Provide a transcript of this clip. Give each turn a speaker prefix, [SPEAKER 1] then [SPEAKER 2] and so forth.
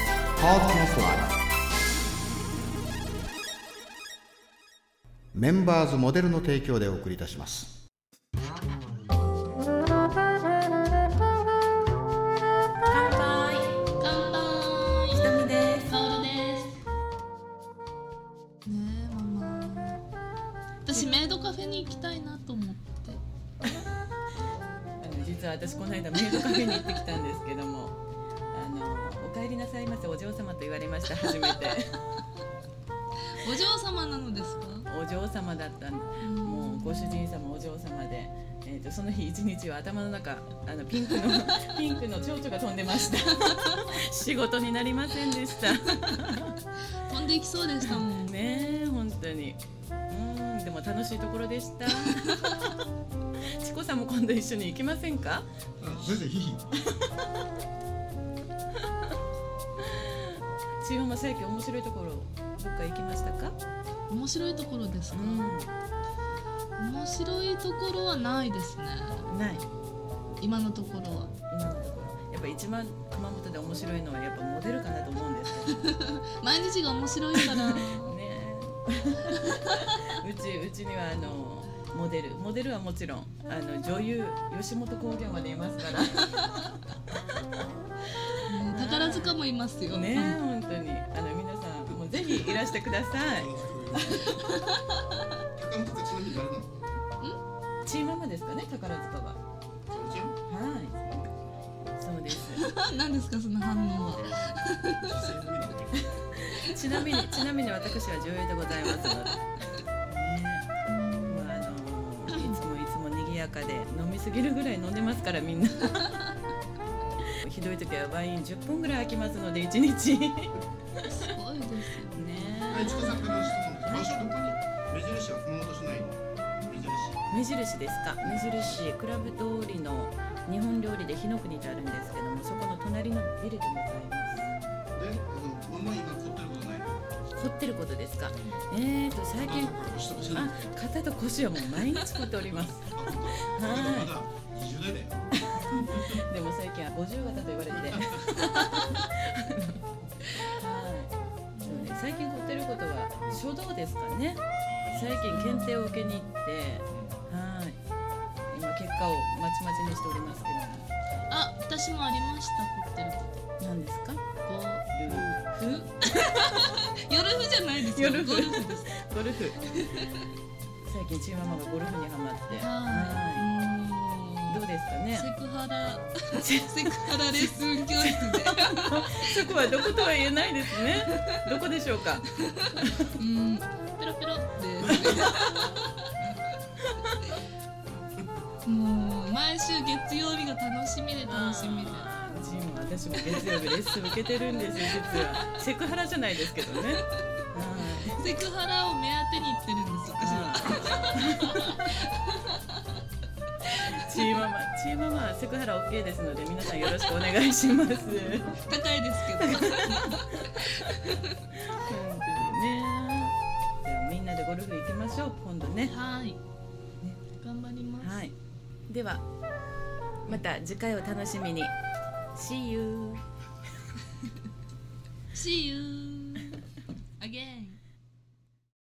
[SPEAKER 1] Podcast Live メンバーズモデルの提供でお送りいたします
[SPEAKER 2] 乾杯
[SPEAKER 3] 乾
[SPEAKER 2] ひ
[SPEAKER 3] 杯
[SPEAKER 2] とみです
[SPEAKER 3] カオルですねえママ私メイドカフェに行きたいなと思って
[SPEAKER 2] あの実は私この間メイドカフェに行ってきたんですけどもあのお帰りなさいませお嬢様と言われました初めて
[SPEAKER 3] お嬢様なのですか
[SPEAKER 2] お嬢様だったんもうご主人様お嬢様で、えー、とその日一日は頭の中あのピンクの ピンクの蝶々が飛んでました 仕事になりませんでした
[SPEAKER 3] 飛んでいきそうでしたもん
[SPEAKER 2] ねえ本当にうんでも楽しいところでした チコさんも今度一緒に行きませんか
[SPEAKER 1] 先生ヒ ヒ
[SPEAKER 2] 千代間最近面白いところどっか行きましたか
[SPEAKER 3] 面白いところですか、
[SPEAKER 2] う
[SPEAKER 3] 面白いところはないですね
[SPEAKER 2] んない
[SPEAKER 3] 今のところは
[SPEAKER 2] 今のところやっぱ一番熊本で面白いのはやっぱモデルかなと思うんですけ
[SPEAKER 3] 毎日が面白いから
[SPEAKER 2] どねうちうちにはあのモデルモデルはもちろんあの女優吉本興業までいますから
[SPEAKER 3] ね宝塚もいますよ、
[SPEAKER 2] ねえ本当にあの皆さんもうぜひいらしてください
[SPEAKER 1] 高松ちなみに誰なの
[SPEAKER 2] チーママですかね宝塚ははいそうです
[SPEAKER 3] 何ですかその反応は
[SPEAKER 2] ちなみにちなみに私は女優でございますので、ねまああのいつもいつも賑やかで飲みすぎるぐらい飲んでますからみんなひどい時はワイン10本ぐらい空きますので1日ね
[SPEAKER 3] すごいですよ
[SPEAKER 1] はい、ちこさんからの質問です。場所どこに目印は熊本市内の目印。
[SPEAKER 2] 目印ですか目印クラブ通りの日本料理で火の国ってあるんですけどもそこの隣のビルでございま
[SPEAKER 1] で、あのママ今凝ってることないの。
[SPEAKER 2] す凝ってることですかえーと最近
[SPEAKER 1] あ、押しとし
[SPEAKER 2] あ
[SPEAKER 1] な
[SPEAKER 2] 肩と腰はもう毎日凝っております
[SPEAKER 1] あ、本当。まだ
[SPEAKER 2] はい
[SPEAKER 1] 二十代だよ。
[SPEAKER 2] でも最近は50型と言われて。はいそうね最近凝ってることは書道ですかね。最近検定を受けに行って、はい。今結果をまちまちにしておりますけ
[SPEAKER 3] あ私もありました凝ってるこ
[SPEAKER 2] ど。何ですか？
[SPEAKER 3] とこ
[SPEAKER 2] ゴルフ。
[SPEAKER 3] う夜風じゃないですよ
[SPEAKER 2] 夜
[SPEAKER 3] ゴ
[SPEAKER 2] 風
[SPEAKER 3] ルフです
[SPEAKER 2] ゴルフ。 最近チーママがゴルフにハマって。は。
[SPEAKER 3] はい
[SPEAKER 2] どう
[SPEAKER 3] い
[SPEAKER 2] ですかね
[SPEAKER 3] セ。クハラセクハラレッスン教室で
[SPEAKER 2] そこはどことは言えないです ね。どこでしょうか。
[SPEAKER 3] うんペロペロです もう毎週月曜日が楽しみで楽しみで
[SPEAKER 2] あージム私も月曜日レッスン受けてるんですよ実はセクハラじゃないですけど ねはい
[SPEAKER 3] セクハラを目当てに行ってるんです私は
[SPEAKER 2] チーママチーママはセクハラ OK ですので皆さんよろしくお願いします本当にね
[SPEAKER 3] 高いですけど
[SPEAKER 2] ではみんなでゴルフ行きましょう今度ね
[SPEAKER 3] はい頑張ります、
[SPEAKER 2] はいではまた次回を楽しみに See you
[SPEAKER 3] See you again